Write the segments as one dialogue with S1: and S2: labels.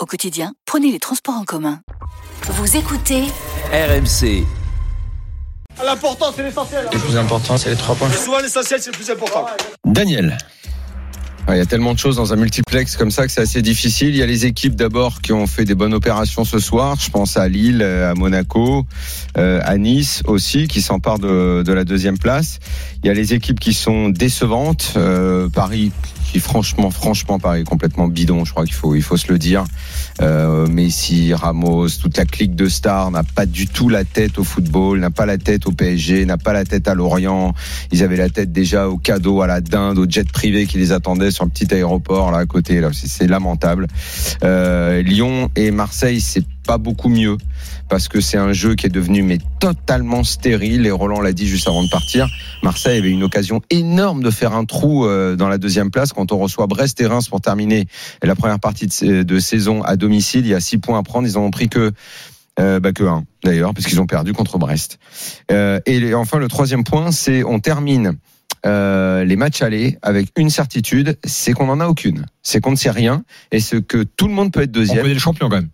S1: Au quotidien, prenez les transports en commun.
S2: Vous écoutez
S3: RMC.
S4: L'important, c'est l'essentiel.
S5: Le plus important, c'est les trois points.
S4: Souvent, l'essentiel, c'est le plus important.
S5: Daniel. Ah, Il y a tellement de choses dans un multiplex comme ça que c'est assez difficile. Il y a les équipes d'abord qui ont fait des bonnes opérations ce soir. Je pense à Lille, euh, à Monaco, euh, à Nice aussi, qui s'emparent de, de la deuxième place. Il y a les équipes qui sont décevantes. Euh, Paris, qui franchement, franchement, Paris est complètement bidon. Je crois qu'il faut, il faut se le dire. Euh, Messi, Ramos, toute la clique de stars n'a pas du tout la tête au football, n'a pas la tête au PSG, n'a pas la tête à l'Orient. Ils avaient la tête déjà au cadeau à la dinde, au jet privé qui les attendait sur le petit aéroport là à côté. Là, c'est, c'est lamentable. Euh, Lyon et Marseille, c'est pas beaucoup mieux parce que c'est un jeu qui est devenu mais totalement stérile. Et Roland l'a dit juste avant de partir. Marseille avait une occasion énorme de faire un trou euh, dans la deuxième place quand on reçoit Brest et Reims pour terminer la première partie de, sa- de saison à domicile. Il y a six points à prendre. Ils en ont pris que euh, bah, que un d'ailleurs parce qu'ils ont perdu contre Brest. Euh, et les- enfin le troisième point, c'est on termine. euh, les matchs allés avec une certitude, c'est qu'on n'en a aucune. C'est qu'on ne sait rien et c'est que tout le monde peut être
S6: On
S5: deuxième.
S6: connaît le champion quand même.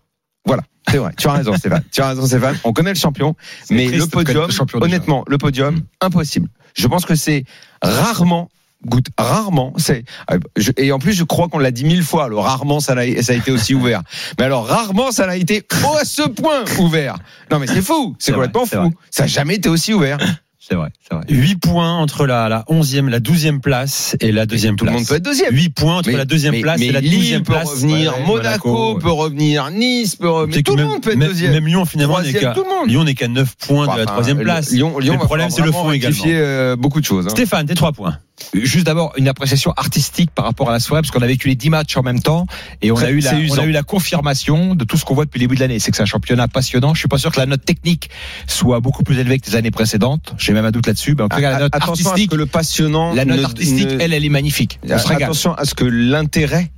S5: C'est vrai, tu as raison Stéphane. Tu as raison Stéphane. On connaît le champion, mais
S6: triste
S5: le
S6: de connaître
S5: podium,
S6: le champion déjà.
S5: honnêtement, le podium,
S6: Mm.
S5: impossible. Je pense que c'est rarement goûte rarement c'est euh, je- et en plus je crois qu'on l'a dit mille fois alors rarement ça l'a- ça a été aussi ouvert mais alors rarement ça l'a été à ce point ouvert non mais c'est fou c'est
S6: C'est vrai,
S5: complètement
S6: c'est
S5: fou
S6: vrai.
S5: ça a jamais été aussi ouvert
S6: C'est vrai, c'est vrai. 8 points entre la, la 11e, la 12e place et la deuxième
S5: tout le
S6: place.
S5: monde peut être deuxième
S6: 8 points entre
S5: Mais-
S6: la deuxième
S5: mais-
S6: place
S5: mais
S6: et la
S5: Lille
S6: 12e
S5: peut
S6: place.
S5: revenir
S6: Ouais,
S5: Monaco,
S6: ouais.
S5: peut revenir Nice peut
S6: Tu
S5: revenir
S6: sais que
S5: tout le
S6: même-
S5: monde peut être
S6: même-
S5: deuxième
S6: Même Lyon, finalement, n'est
S5: Troisième,
S6: qu'à
S5: tout le monde.
S6: Lyon n'est qu'à 9 points de la
S5: Enfin,
S6: troisième
S5: Lyon-
S6: place.
S5: Lyon, Lyon
S6: le
S5: va
S6: problème, c'est le
S5: falloir
S6: fond
S5: vraiment
S6: également.
S5: rectifier, euh, beaucoup de choses. hein.
S6: Stéphane, tes 3 points.
S7: Juste d'abord une appréciation artistique par rapport à la soirée, parce qu'on a vécu les 10 matchs en même temps et on a
S6: Très-
S7: eu la,
S6: c'est
S7: on
S6: usant.
S7: a eu la confirmation de tout ce qu'on voit depuis le début de l'année. C'est que c'est un championnat passionnant. Je suis pas sûr que la note technique soit beaucoup plus élevée que les années précédentes. J'ai même un doute là-dessus. Mais en tout cas, la note
S5: Ah, Attention à ce
S7: artistique,
S5: que le passionnant.
S7: la note
S5: ne-
S7: artistique,
S5: ne- Ah,
S7: elle, elle est magnifique. On se régale.
S5: Euh, Attention à ce que l'intérêt,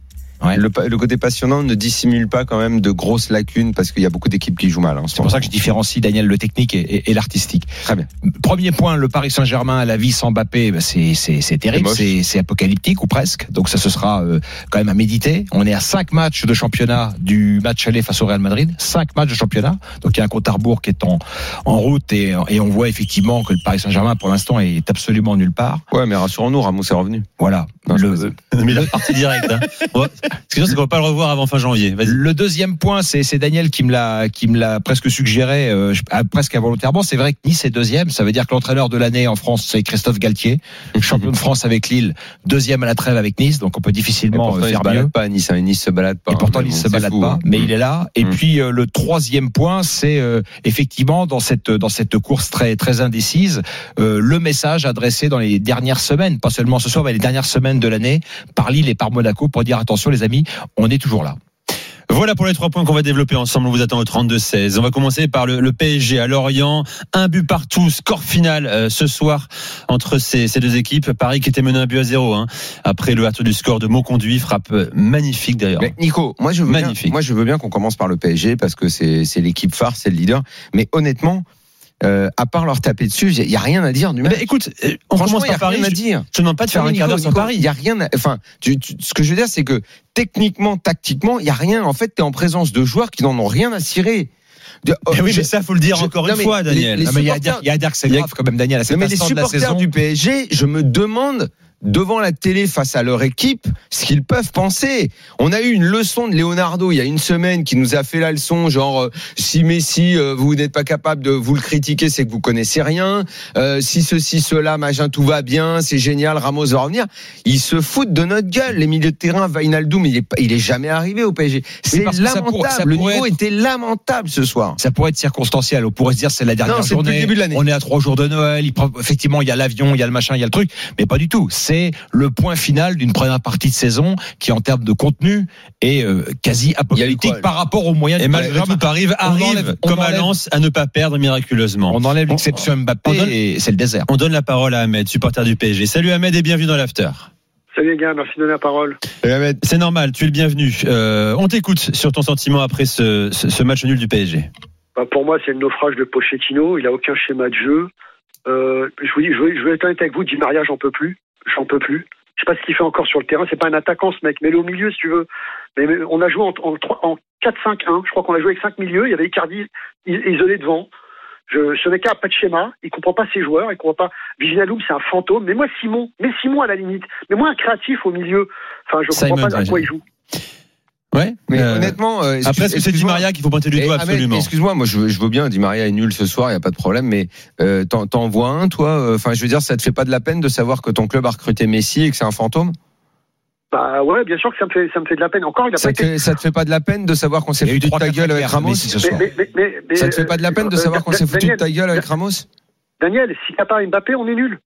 S7: Ouais.
S5: le, pa- le côté passionnant, ne dissimule pas quand même de grosses lacunes parce qu'il y a beaucoup d'équipes qui jouent mal. hein, en ce
S7: C'est pour ça
S5: moment.
S7: que je différencie Daniel le technique et, et- et l'artistique.
S5: Très bien.
S7: Premier point, le Paris Saint-Germain à la vie sans Mbappé, ben, c'est c'est- c'est terrible,
S5: C'est moche.
S7: c'est c'est apocalyptique ou presque. Donc ça ce sera euh, quand même à méditer. On est à cinq matchs de championnat du match aller face au Real Madrid, cinq matchs de championnat. Donc il y a un compte à rebours qui est en en route et, et on voit effectivement que le Paris Saint-Germain pour l'instant est absolument nulle part.
S5: Ouais, mais rassurons-nous, Ramos est revenu.
S7: Voilà.
S5: Non, je
S7: Le-
S5: plaisante.
S6: Mais la partie directe. Hein. Bon, ce qui est sûr, c'est qu'on va pas le revoir avant fin janvier. Vas-y.
S7: Le deuxième point, c'est c'est Daniel qui me l'a qui me l'a presque suggéré, euh, je- ah, presque involontairement. C'est vrai que Nice est deuxième. Ça veut dire que l'entraîneur de l'année en France, c'est Christophe Galtier, champion de France avec Lille, deuxième à la trêve avec Nice. Donc on peut
S5: Et
S7: difficilement
S5: pourtant,
S7: euh,
S5: il
S7: faire
S5: se balade
S7: mieux.
S5: pas, Nice. hein, Nice se balade pas.
S7: Et pourtant,
S5: hein, mais
S7: Nice
S5: bon,
S7: se
S5: c'est
S7: balade
S5: fou,
S7: pas,
S5: hein.
S7: mais il est là. Et
S5: Mm.
S7: puis euh, le troisième point, c'est euh, effectivement dans cette dans cette course très très indécise, euh, le message adressé dans les dernières semaines, pas seulement ce soir, mais les dernières semaines de l'année par Lille et par Monaco pour dire attention les amis, on est toujours là.
S6: Voilà pour les trois points qu'on va développer ensemble. On vous attend au 32-16. On va commencer par le, le PSG à Lorient. Un but partout, score final euh, ce soir entre ces, ces deux équipes. Paris qui était mené un but à zéro. hein. Après l'ouverture du score de mots conduit, frappe euh, magnifique d'ailleurs.
S5: Mais Nico, moi je veux
S6: Magnifique.
S5: bien, moi je veux bien qu'on commence par le PSG parce que c'est c'est l'équipe phare, c'est le leader. Mais honnêtement, euh, à part leur taper dessus, il y a rien à dire du
S6: Eh ben,
S5: match.
S6: écoute, euh, on
S5: Franchement,
S6: commence
S5: il y a
S6: par Paris.
S5: rien à
S6: Je je
S5: dire.
S6: te demande pas de faire un quart d'heure sans Paris.
S5: Il y a rien. à- Enfin, tu- tu- ce que je veux dire, c'est que techniquement, tactiquement, il y a rien. En fait, tu es en présence de joueurs qui n'en ont rien à cirer.
S6: Mais Eh
S5: De-
S6: oui,
S5: Oh, je-
S6: mais ça, faut le dire
S5: je-
S6: encore
S5: non,
S6: une
S5: mais
S6: fois,
S5: les-
S6: Daniel.
S5: les
S7: Ah, mais il y a à dire,
S5: supporters-
S7: il y a à dire que c'est
S5: il y a-
S7: grave quand même, Daniel. À
S5: Non,
S7: cet
S5: mais les
S7: instant de la
S5: supporters
S7: saison,
S5: du PSG, je me demande devant la télé face à leur équipe ce qu'ils peuvent penser. On a eu une leçon de Leonardo il y a une semaine qui nous a fait la leçon genre euh, si Messi euh, vous n'êtes pas capable de vous le critiquer c'est que vous connaissez rien, Euh, si ceci cela machin tout va bien, c'est génial, Ramos va revenir. Ils se foutent de notre gueule les milieux de terrain Vainaldoum, il est pas- il est jamais arrivé au PSG. C'est
S7: parce que ça
S5: lamentable,
S7: pour- ça
S5: le
S7: pourrait
S5: niveau était lamentable ce soir.
S7: ça pourrait être circonstanciel. On pourrait se dire c'est la dernière
S5: Non, c'est depuis
S7: journée.
S5: le début de l'année.
S7: on est à trois jours de Noël. Il prend- effectivement, il y a l'avion, il y a le machin, il y a le truc, mais pas du tout. c'est le point final d'une première partie de saison qui, en termes de contenu, est euh, quasi apocalyptique
S5: quoi,
S7: par rapport aux moyens
S6: Et
S7: du
S6: malgré
S7: programme.
S6: tout, Paris arrive,
S7: enlève- on
S6: comme à
S7: enlève-
S6: Lens, à ne pas perdre miraculeusement.
S7: On enlève l'exception Mbappé
S6: on donne-
S7: et c'est le désert.
S6: On donne la parole à Ahmed, supporter du PSG. Salut Ahmed et bienvenue dans l'After.
S8: Salut les gars, merci de donner la parole.
S5: Et Ahmed,
S6: C'est normal, tu es le bienvenu. Euh, on t'écoute sur ton sentiment après ce, ce- ce match nul du PSG.
S8: Bah, pour moi, c'est le naufrage de Pochettino. Il a aucun schéma de jeu. Euh, je vous dis, je vais, je vais être honnête avec vous, Di Maria, j'en peux plus. J'en peux plus. Je sais pas ce qu'il fait encore sur le terrain. C'est pas un attaquant, ce mec. Mais au milieu, si tu veux. Mais, mais on a joué en, en, trois- en 4-5-1. Je crois qu'on a joué avec 5 milieux. Il y avait Icardi i- isolé devant. Je, ce mec-là a pas de schéma. Il comprend pas ses joueurs. Il comprend pas. Viginaloum, c'est un fantôme. Mais moi, Simon. Mais Simon, à la limite. Mais moi, un créatif au milieu. Enfin, je
S6: Simon,
S8: comprends pas à quoi
S6: ouais.
S8: il joue.
S6: Ouais.
S5: mais
S6: euh,
S5: honnêtement, euh, excuse-
S6: après, est-ce que c'est Di
S5: excuse-moi.
S6: Maria qu'il faut pointer du
S5: Eh,
S6: doigt
S5: Ahmed,
S6: absolument
S5: Excuse-moi, moi je, je veux bien, Di Maria est nul ce soir, il n'y a pas de problème, mais euh, t'en- t'en vois un, toi euh, Enfin, je veux dire, ça te fait pas de la peine de savoir que ton club a recruté Messi et que c'est un fantôme
S8: Bah ouais, bien sûr que ça me fait, ça me fait de la peine. Encore, il a pas
S5: ça
S8: été
S5: te, ça te fait pas de la peine de savoir qu'on s'est
S7: Il y a eu
S5: foutu de
S7: trois,
S5: ta
S7: quatre
S5: gueule avec
S7: guerres,
S5: Ramos
S7: Messi, ce soir.
S8: Mais- mais- mais- mais-
S5: Ça te fait pas de la peine de
S8: euh,
S5: savoir qu'on s'est foutu de
S8: Daniel,
S5: ta gueule avec Ramos
S8: Daniel, si t'as pas Mbappé, on est nul.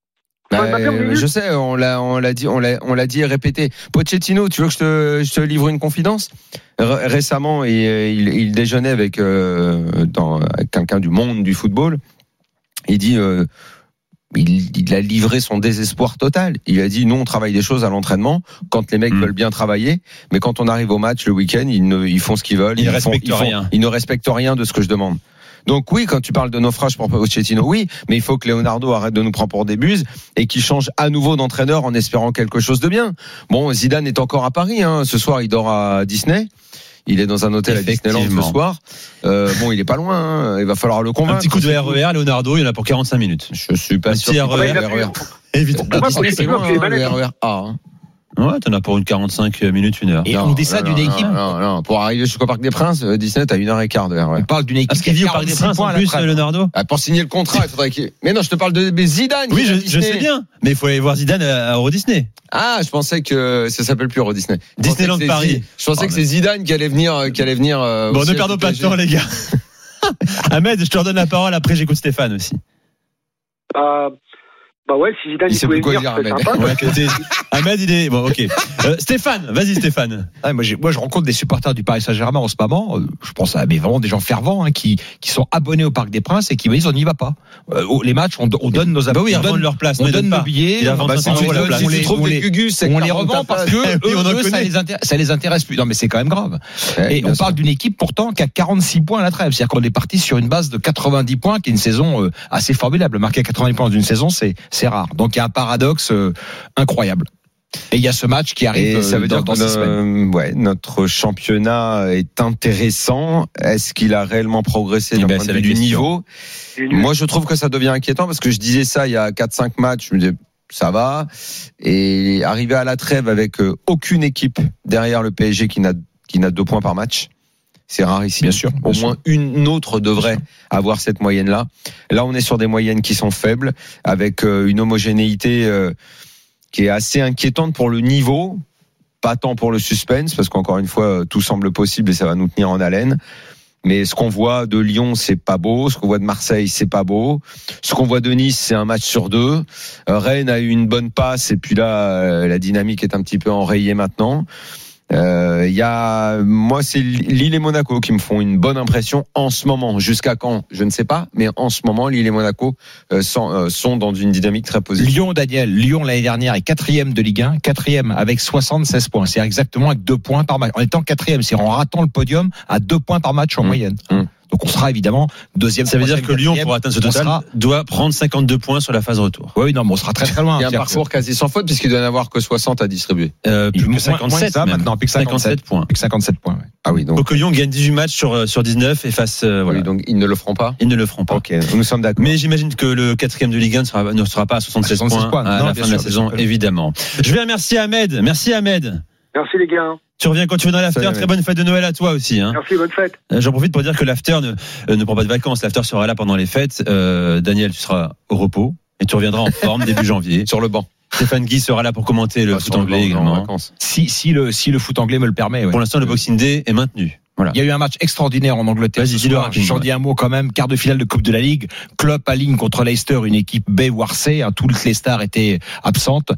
S5: Bah,
S8: Mbappé, on est
S5: euh,
S8: nul.
S5: Je sais, on l'a, on l'a dit, on l'a, on l'a dit et répété. Pochettino, tu veux que je te, je te livre une confidence Ré- Récemment, il, il, il déjeunait avec, euh, dans, avec quelqu'un du monde du football. Il dit, euh, il, il a livré son désespoir total. Il a dit, nous on travaille des choses à l'entraînement quand les mecs
S6: Mm.
S5: veulent bien travailler, mais quand on arrive au match le week-end, ils, ne, ils font ce qu'ils veulent.
S6: Ils
S5: font-
S6: respectent
S5: font-
S6: rien.
S5: ils ne respectent rien de ce que je demande. Donc oui, quand tu parles de naufrage pour Pochettino, oui, mais il faut que Leonardo arrête de nous prendre pour des buses et qu'il change à nouveau d'entraîneur en espérant quelque chose de bien. Bon, Zidane est encore à Paris, hein. ce soir il dort à Disney. Il est dans un hôtel à Disneyland
S6: Effectivement.
S5: ce soir. Euh, bon, il est pas loin. hein. Il va falloir le
S6: Un
S5: convaincre.
S6: petit coup de
S7: E
S6: RER, Leonardo, il y en a pour 45 minutes.
S5: Je suis pas
S6: Un
S5: sûr.
S6: petit
S8: Ah,
S5: qu'il
S8: bah,
S6: RER.
S5: prenne le RER.
S6: Évidemment.
S5: Ah,
S8: Moi,
S5: Disney, c'est
S8: Pochettino,
S5: loin,
S8: c'est
S5: hein,
S8: malade.
S5: le RER A. hein.
S6: Ouais, t'en as pour une 45 minutes, une heure.
S7: Et
S5: Non,
S7: on descend
S5: non,
S7: d'une
S5: non,
S7: équipe.
S5: Non, non, Pour arriver jusqu'au Parc des Princes, euh, Disney, t'as une heure et quart de E RER.
S7: On parle d'une équipe
S6: Parce qu'il
S7: qui
S6: vit
S7: a
S6: au Parc des
S7: 46
S6: Princes
S7: points
S6: en
S7: à la
S6: plus,
S7: trappe.
S6: Leonardo.
S5: Ah, pour signer le contrat, il faudrait qu'il. Mais non, je te parle de mais Zidane.
S6: Oui,
S5: qui est à
S6: je, je
S5: Disney.
S6: sais bien, mais il faut aller voir Zidane euh, à, à Euro Disney.
S5: Ah, je pensais que ça s'appelle plus Euro Disney. Je pensais
S6: Disneyland
S5: que c'est
S6: Paris.
S5: Zi- Je pensais
S6: Oh,
S5: que
S6: mais-
S5: c'est Zidane qui allait venir, euh, qui allait venir.
S7: Ah,
S5: euh, au
S6: Bon, ne
S5: siège
S6: perdons
S5: du
S6: pas de
S5: PSG.
S6: temps, les gars. Ahmed, je te redonne la parole, après j'écoute Stéphane aussi.
S8: Bah, bah ouais, si Zidane
S5: Il
S8: il
S5: sait
S8: pouvait
S5: plus quoi
S8: venir,
S5: dire,
S8: c'est
S5: Ahmed.
S8: sympa.
S6: Ouais, t'es- Ahmed, il est. Bon, ok. Euh, Stéphane, vas-y Stéphane.
S7: Ah, moi, j'ai- moi, je rencontre des supporters du Paris Saint-Germain en ce moment. euh, Je pense à mais vraiment des gens fervents hein, qui, qui sont abonnés au Parc des Princes et qui me disent on n'y va pas. Euh, oh, les matchs, on, do- on donne nos abonnés.
S6: Bah oui, ils
S7: on
S6: revendent
S7: donne,
S6: leur place.
S7: on
S6: ne
S7: donne nos
S6: pas.
S7: billets.
S6: Il a
S7: on-
S6: 25
S7: si
S6: euros la
S7: tu donnes-
S6: place.
S5: Ah, bah, Si
S7: si on
S5: tu
S7: les-
S5: trouves
S7: on
S5: des
S7: les-
S5: gugus, c'est
S7: on les
S5: quarante
S7: revend
S5: tapas.
S7: parce que
S6: Eh oui, on en
S7: eux, eux, ça
S6: connaît.
S7: les, intér- ça les intéresse plus. Non, mais c'est quand même grave.
S5: Ouais,
S7: Et
S5: bien
S7: on
S5: sûr.
S7: parle d'une équipe pourtant qui a 46 points à la trêve. C'est-à-dire qu'on est parti sur une base de 90 points, qui est une saison euh, assez formidable. Marquer 90 points dans une saison, c'est c'est rare. Donc il y a un paradoxe euh, incroyable. Et il y a ce match qui arrive
S5: Et ça
S7: euh,
S5: veut
S7: dans,
S5: dire
S7: dans
S5: que
S7: six semaines.
S5: euh, ouais, notre championnat est intéressant. Est-ce qu'il a réellement progressé
S6: Eh
S5: d'un
S6: ben,
S5: point
S6: c'est
S5: de vue
S6: la
S5: du
S6: question.
S5: niveau
S8: Il est nul.
S5: Moi, je trouve que ça devient inquiétant parce que je disais ça il y a 4-5 matchs. Je me disais, ça va. Et arriver à la trêve avec euh, aucune équipe derrière le PSG qui n'a qui n'a deux points par match, c'est rare ici.
S7: Bien sûr, bien
S5: Au
S7: sûr.
S5: moins une autre devrait avoir cette moyenne-là. Là, on est sur des moyennes qui sont faibles, avec euh, une homogénéité euh, qui est assez inquiétante pour le niveau, pas tant pour le suspense, parce qu'encore une fois, euh, tout semble possible et ça va nous tenir en haleine. Mais ce qu'on voit de Lyon, c'est pas beau. Ce qu'on voit de Marseille, c'est pas beau. Ce qu'on voit de Nice, c'est un match sur deux. Euh, Rennes a eu une bonne passe et puis là, euh, la dynamique est un petit peu enrayée maintenant. Euh, Il y a, moi, c'est Lille et Monaco qui me font une bonne impression en ce moment. Jusqu'à quand, je ne sais pas, mais en ce moment, Lille et Monaco euh, sont, euh, sont dans une dynamique très positive.
S7: Lyon, Daniel, Lyon l'année dernière est quatrième de Ligue 1, quatrième avec 76 points. C'est exactement avec deux points par match. En étant quatrième, c'est en ratant le podium à deux points par match en
S5: Mmh.
S7: moyenne.
S5: Mmh.
S7: Donc on sera évidemment deuxième.
S6: Ça veut dire que
S7: troisième,
S6: Lyon,
S7: quatrième.
S6: pour atteindre ce
S7: on
S6: total,
S7: sera-
S6: doit prendre 52 points sur la phase retour.
S7: Oui, oui, non, mais on sera très très loin.
S5: Il y a un
S7: C'est-à-dire
S5: parcours quasi sans faute puisqu'il doit n'y avoir que 60 à distribuer.
S6: Euh,
S7: que-
S6: plus
S7: moins-
S6: que
S7: moins
S6: 57
S7: que ça,
S6: même.
S7: maintenant, plus que 57,
S6: 57 points.
S7: plus que 57 points. ouais.
S5: Ah oui, donc,
S6: Faut que Lyon gagne 18 matchs sur, euh, sur 19 et fasse. euh, voilà.
S5: oui, donc ils ne le feront pas.
S6: Ils ne le feront pas.
S5: Ok, nous sommes d'accord.
S6: Mais j'imagine que le quatrième de Ligue 1 ne sera, ne sera pas à 76,
S7: 76
S6: points
S7: points,
S6: à
S7: non,
S6: la
S7: bien
S6: fin de la
S7: sûr,
S6: saison,
S7: bien sûr.
S6: évidemment. Je vais remercier Ahmed. Merci Ahmed.
S8: Merci les gars. hein.
S6: Tu reviens quand tu veux dans l'after.
S5: Salut,
S6: Très
S5: Ahmed.
S6: bonne fête de Noël à toi aussi. Hein.
S8: Merci, bonne fête.
S6: Euh, J'en profite pour dire que l'after ne, euh, ne prend pas de vacances. L'after sera là pendant les fêtes. Euh, Daniel, tu seras au repos et tu reviendras en forme début janvier.
S5: sur le banc.
S6: Stéphane Guy sera là pour commenter le
S5: Pas
S6: foot
S5: sur
S6: anglais
S5: banc, on est en
S6: également.
S5: vacances.
S7: Si, si, le, si le foot anglais me le permet. ouais.
S6: Pour l'instant, le Boxing Day est maintenu. Voilà.
S7: Il y a eu un match extraordinaire en Angleterre.
S6: Vas-y,
S7: ce
S6: dis-le
S7: soir.
S6: rapidement,
S7: J'en dis un mot quand même. Quart de finale de Coupe de la Ligue. hein. Klopp aligne contre Leicester, une équipe B Warsay. Toutes les stars étaient absentes.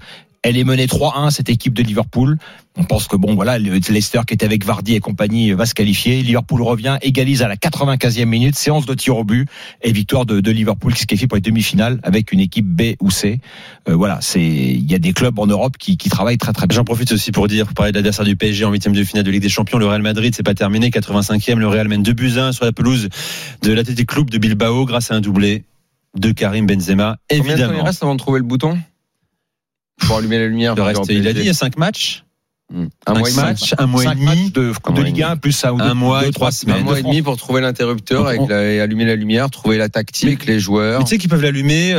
S7: Elle est menée 3-1, cette équipe de Liverpool. On pense que bon, voilà, le- Leicester qui était avec Vardy et compagnie va se qualifier. Liverpool revient, égalise à la 95e minute, séance de tir au but et victoire de, de Liverpool qui se qualifie pour les demi-finales avec une équipe B ou C. Euh, voilà, c'est il y a des clubs en Europe qui, qui travaillent très très bien.
S6: J'en profite aussi pour dire, pour parler de l'adversaire du PSG en huitième de finale de Ligue des Champions, le Real Madrid, c'est pas terminé, 85e, le Real mène 2 buts à 1 sur la pelouse de l'Athletic Club de Bilbao grâce à un doublé de Karim Benzema,
S5: Combien de temps il
S6: évidemment.
S5: reste avant de trouver le bouton Pour allumer la lumière.
S6: Le reste, il a dit, il y a 5 matchs,
S5: Hmm. Un
S6: cinq
S5: mois et demi.
S6: matchs, un mois et
S7: Cinq
S6: demi,
S7: matchs de,
S5: Un
S7: de
S5: mois et
S7: Ligue 1 plus ça ou
S6: Un
S7: deux-
S6: mois et
S7: deux,
S6: trois semaines.
S5: Un mois et demi pour trouver l'interrupteur
S6: Donc,
S5: avec
S6: on-
S5: la- et allumer la lumière, trouver la tactique, les joueurs.
S6: Mais tu sais qu'ils peuvent l'allumer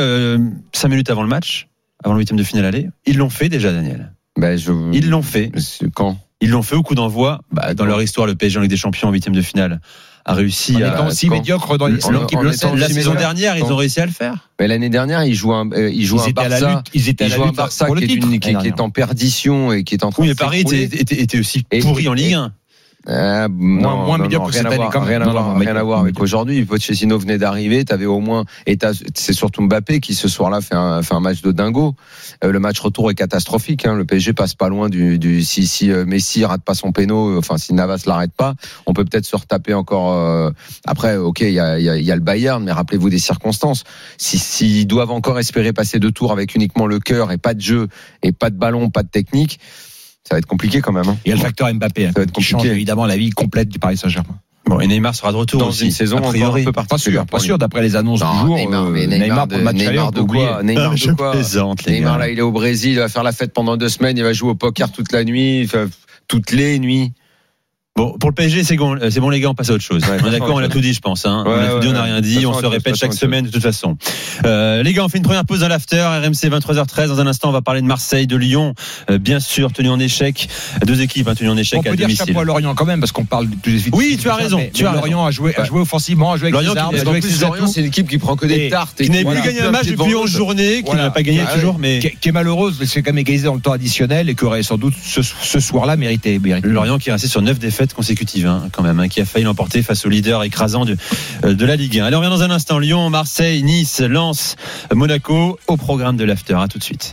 S6: 5 minutes avant le match, avant le huitième de finale aller. Ils l'ont fait déjà, Daniel.
S5: Ben, je...
S6: Ils l'ont fait.
S5: Mais c'est Quand
S6: Ils l'ont fait au coup d'envoi. Bah, dans leur histoire, le PSG en Ligue des Champions en huitième de finale a réussi
S7: En
S6: à.
S7: étant si
S5: quand-
S7: médiocre dans
S5: en-
S7: les
S5: en-
S7: l'équipe
S5: en
S7: le
S5: étant
S7: sait.
S5: aussi
S6: La saison
S5: Simeone.
S6: dernière, ils ont réussi à le faire.
S5: Mais l'année dernière, ils jouent un, euh, ils jouent un
S7: Ils étaient à la
S5: Barça,
S7: lutte, ils étaient à
S5: ils
S7: la
S5: jouent un
S7: lutte
S5: Barça
S7: pour
S5: qui
S7: le
S5: est,
S7: titre.
S5: une- qui- qui est en perdition et qui est en train
S6: Oui,
S5: de
S6: mais Paris était,
S5: s'écrouler.
S6: était- était aussi
S5: Et-
S6: pourri en
S5: et-
S6: Ligue 1.
S5: Ah, b-
S7: Moins-
S5: non,
S7: moins
S5: non,
S7: médiocre
S5: non,
S7: que
S5: rien
S7: cette
S5: à
S7: année,
S5: voir,
S7: quand même.
S5: Rien à
S7: Non,
S5: voir,
S7: non,
S5: rien
S7: médiocre,
S5: à voir avec
S7: médiocre.
S5: aujourd'hui. Pochettino venait d'arriver, t'avais au moins, et t'as- c'est surtout Mbappé qui ce soir-là fait un, fait un match de dingo. Euh, le match retour est catastrophique, hein. Le PSG passe pas loin du, du si, si euh, Messi rate pas son péno, euh, enfin, si Navas l'arrête pas, on peut peut-être se retaper encore, euh, après, ok, il y a, il y a- il y a le Bayern, mais rappelez-vous des circonstances. Si, s'ils doivent encore espérer passer deux tours avec uniquement le cœur et pas de jeu, et pas de ballon, pas de technique, ça va être compliqué quand même, hein.
S7: Il y a le facteur Mbappé hein,
S5: Ça va être
S7: qui change
S5: compliqué.
S7: évidemment la vie complète du Paris Saint-Germain.
S6: Bon, et Neymar sera de retour
S5: Dans
S6: aussi,
S5: une saison
S6: a
S5: encore
S6: priori.
S5: un peu
S7: Pas
S5: particulière.
S7: sûr, pas sûr d'après les annonces
S5: Non,
S7: du jour.
S5: Neymar,
S7: euh,
S5: mais Neymar,
S7: Neymar
S5: de,
S7: pour le match aller,
S5: Neymar
S7: on peut
S5: de quoi
S7: oublier.
S5: Neymar
S6: Je
S5: de quoi
S6: plaisante, les gars.
S5: Neymar là, il est au Brésil, il va faire la fête pendant deux semaines, il va jouer au poker toute la nuit, enfin, toutes les nuits.
S6: Bon, pour le PSG, c'est bon, euh, c'est bon les gars, on passe à autre chose.
S5: Ouais,
S6: on est d'accord,
S5: façon,
S6: on a tout dit, je pense. Hein.
S5: Ouais,
S6: on a tout
S5: ouais,
S6: dit, on n'a
S5: ouais.
S6: rien dit.
S5: Façon,
S6: on se
S5: autre chose,
S6: répète
S5: façon,
S6: chaque
S5: autre
S6: semaine de toute façon. Euh, les gars, on fait une première pause dans l'after. RMC 23h13. Dans un instant, on va parler de Marseille, de Lyon. Euh, bien sûr, tenu en échec. Deux équipes hein, tenues en échec
S7: On
S6: à
S7: peut dire
S6: domicile.
S7: chapeau à Lorient quand même parce qu'on parle tout de suite.
S6: Oui, tu as raison,
S7: Mais-
S6: tu as
S7: mais
S6: raison.
S7: Lorient a joué, a
S6: Ouais.
S7: joué offensivement, a joué avec
S6: Lorient
S7: ses
S6: qui-
S7: armes,
S6: et
S7: a
S6: en
S7: joué avec ses atouts.
S5: c'est une équipe qui prend que
S7: des
S5: des
S7: Et
S5: tartes.
S6: Qui n'a plus gagné un match depuis 11 journées, qui
S7: Voilà.
S6: n'a pas gagné
S7: Ah ouais.
S6: toujours, mais
S7: Qui, qui est malheureuse, mais c'est quand même égalisé dans le temps additionnel et qui aurait sans doute ce, ce soir-là mérité. mérité.
S6: Lorient qui est resté sur neuf défaites consécutives, hein, quand même, hein, qui a failli l'emporter face au leader écrasant de, euh, de la Ligue 1. Allez, on revient dans un instant. Lyon, Marseille, Nice, Lens, Monaco, au programme de l'After. À tout de suite.